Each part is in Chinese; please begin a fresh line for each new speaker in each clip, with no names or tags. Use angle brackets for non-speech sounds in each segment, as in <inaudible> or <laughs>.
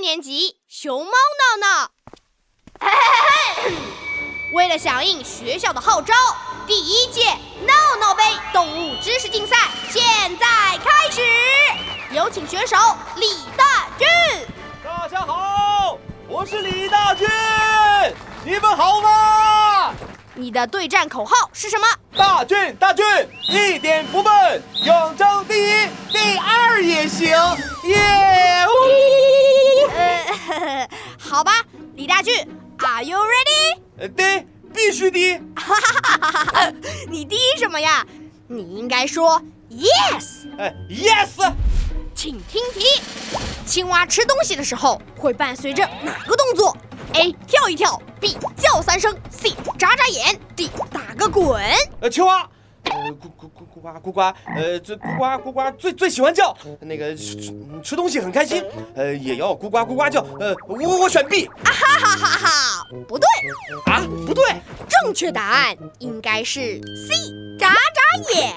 年级熊猫闹 <laughs> 闹。为了响应学校的号召，第一届闹闹杯动物知识竞赛现在开始。有请选手李大俊。
大家好，我是李大俊，你们好吗？
你的对战口号是什么？ <laughs>
大俊，大俊，一点不笨，永争第一，第二也行，耶、呜
呃，呵呵好吧，李大俊，Are you ready？
呃对，必须的。
你第一什么呀？你应该说 yes。
哎，yes，
请听题：青蛙吃东西的时候会伴随着哪个动作？A. 跳一跳，B. 叫三声，C. 眨眨眼，D. 打个滚。
呃，青蛙，呃，咕咕咕咕呱咕呱，呃，最咕呱咕呱最最喜欢叫，那个吃吃吃东西很开心，呃，也要咕呱咕呱叫，呃，我我选 B
哈哈哈，不对，
啊，不对，
正确答案应该是 C. 眨眨眼。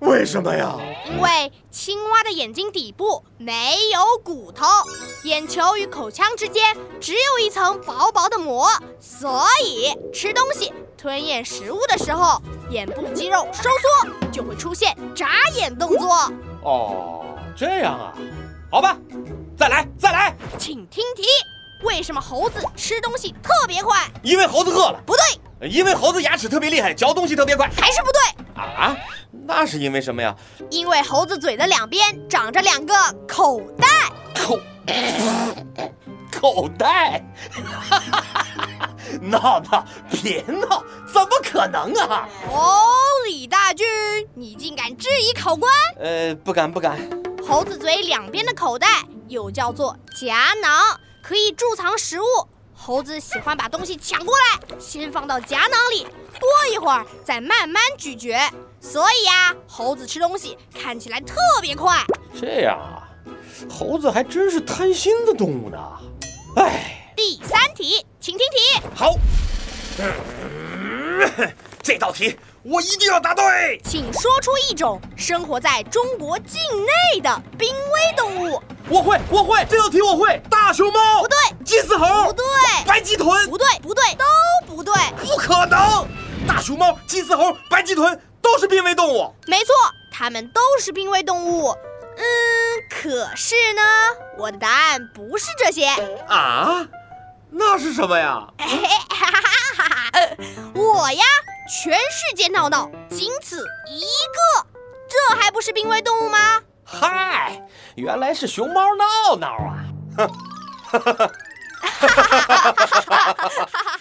为什么呀？
因为青蛙的眼睛底部没有骨头，眼球与口腔之间只有一层薄薄的膜，所以吃东西、吞咽食物的时候，眼部肌肉收缩就会出现眨眼动作。
哦，这样啊，好吧，再来再来，
请听题：为什么猴子吃东西特别快？
因为猴子饿了，
不对，
呃因为猴子牙齿特别厉害，嚼东西特别快
还是不对，
啊，那是因为什么呀？
因为猴子嘴的两边长着两个口袋。
口口袋， <laughs> 闹闹，别闹，怎么可能啊？
哦，李大俊，你竟敢质疑考官！
呃，不敢不敢，
猴子嘴两边的口袋又叫做夹囊，可以贮藏食物。猴子喜欢把东西抢过来，先放到夹囊里，过一会儿再慢慢咀嚼。所以啊，猴子吃东西看起来特别快。
这样啊，猴子还真是贪心的动物呢。哎，
第三题，请听题，
好， <laughs> 嗯这道题我一定要答对。
请说出一种生活在中国境内的濒危动物。
我会，我会，这道题我会。大熊猫
不对，
鸡丝猴
不对，
白鸡豚，
不对，不对，都不对。
不可能！大熊猫、鸡丝猴、白鸡豚都是濒危动物。
没错，它们都是濒危动物。嗯，可是呢，我的答案不是这些。 <laughs>
啊，那是什么呀？
嘿嘿哈哈哈哈哈！呃我呀，全世界闹闹仅此一个，这还不是濒危动物吗？
嗨，原来是熊猫闹闹啊！
哈哈哈哈哈哈！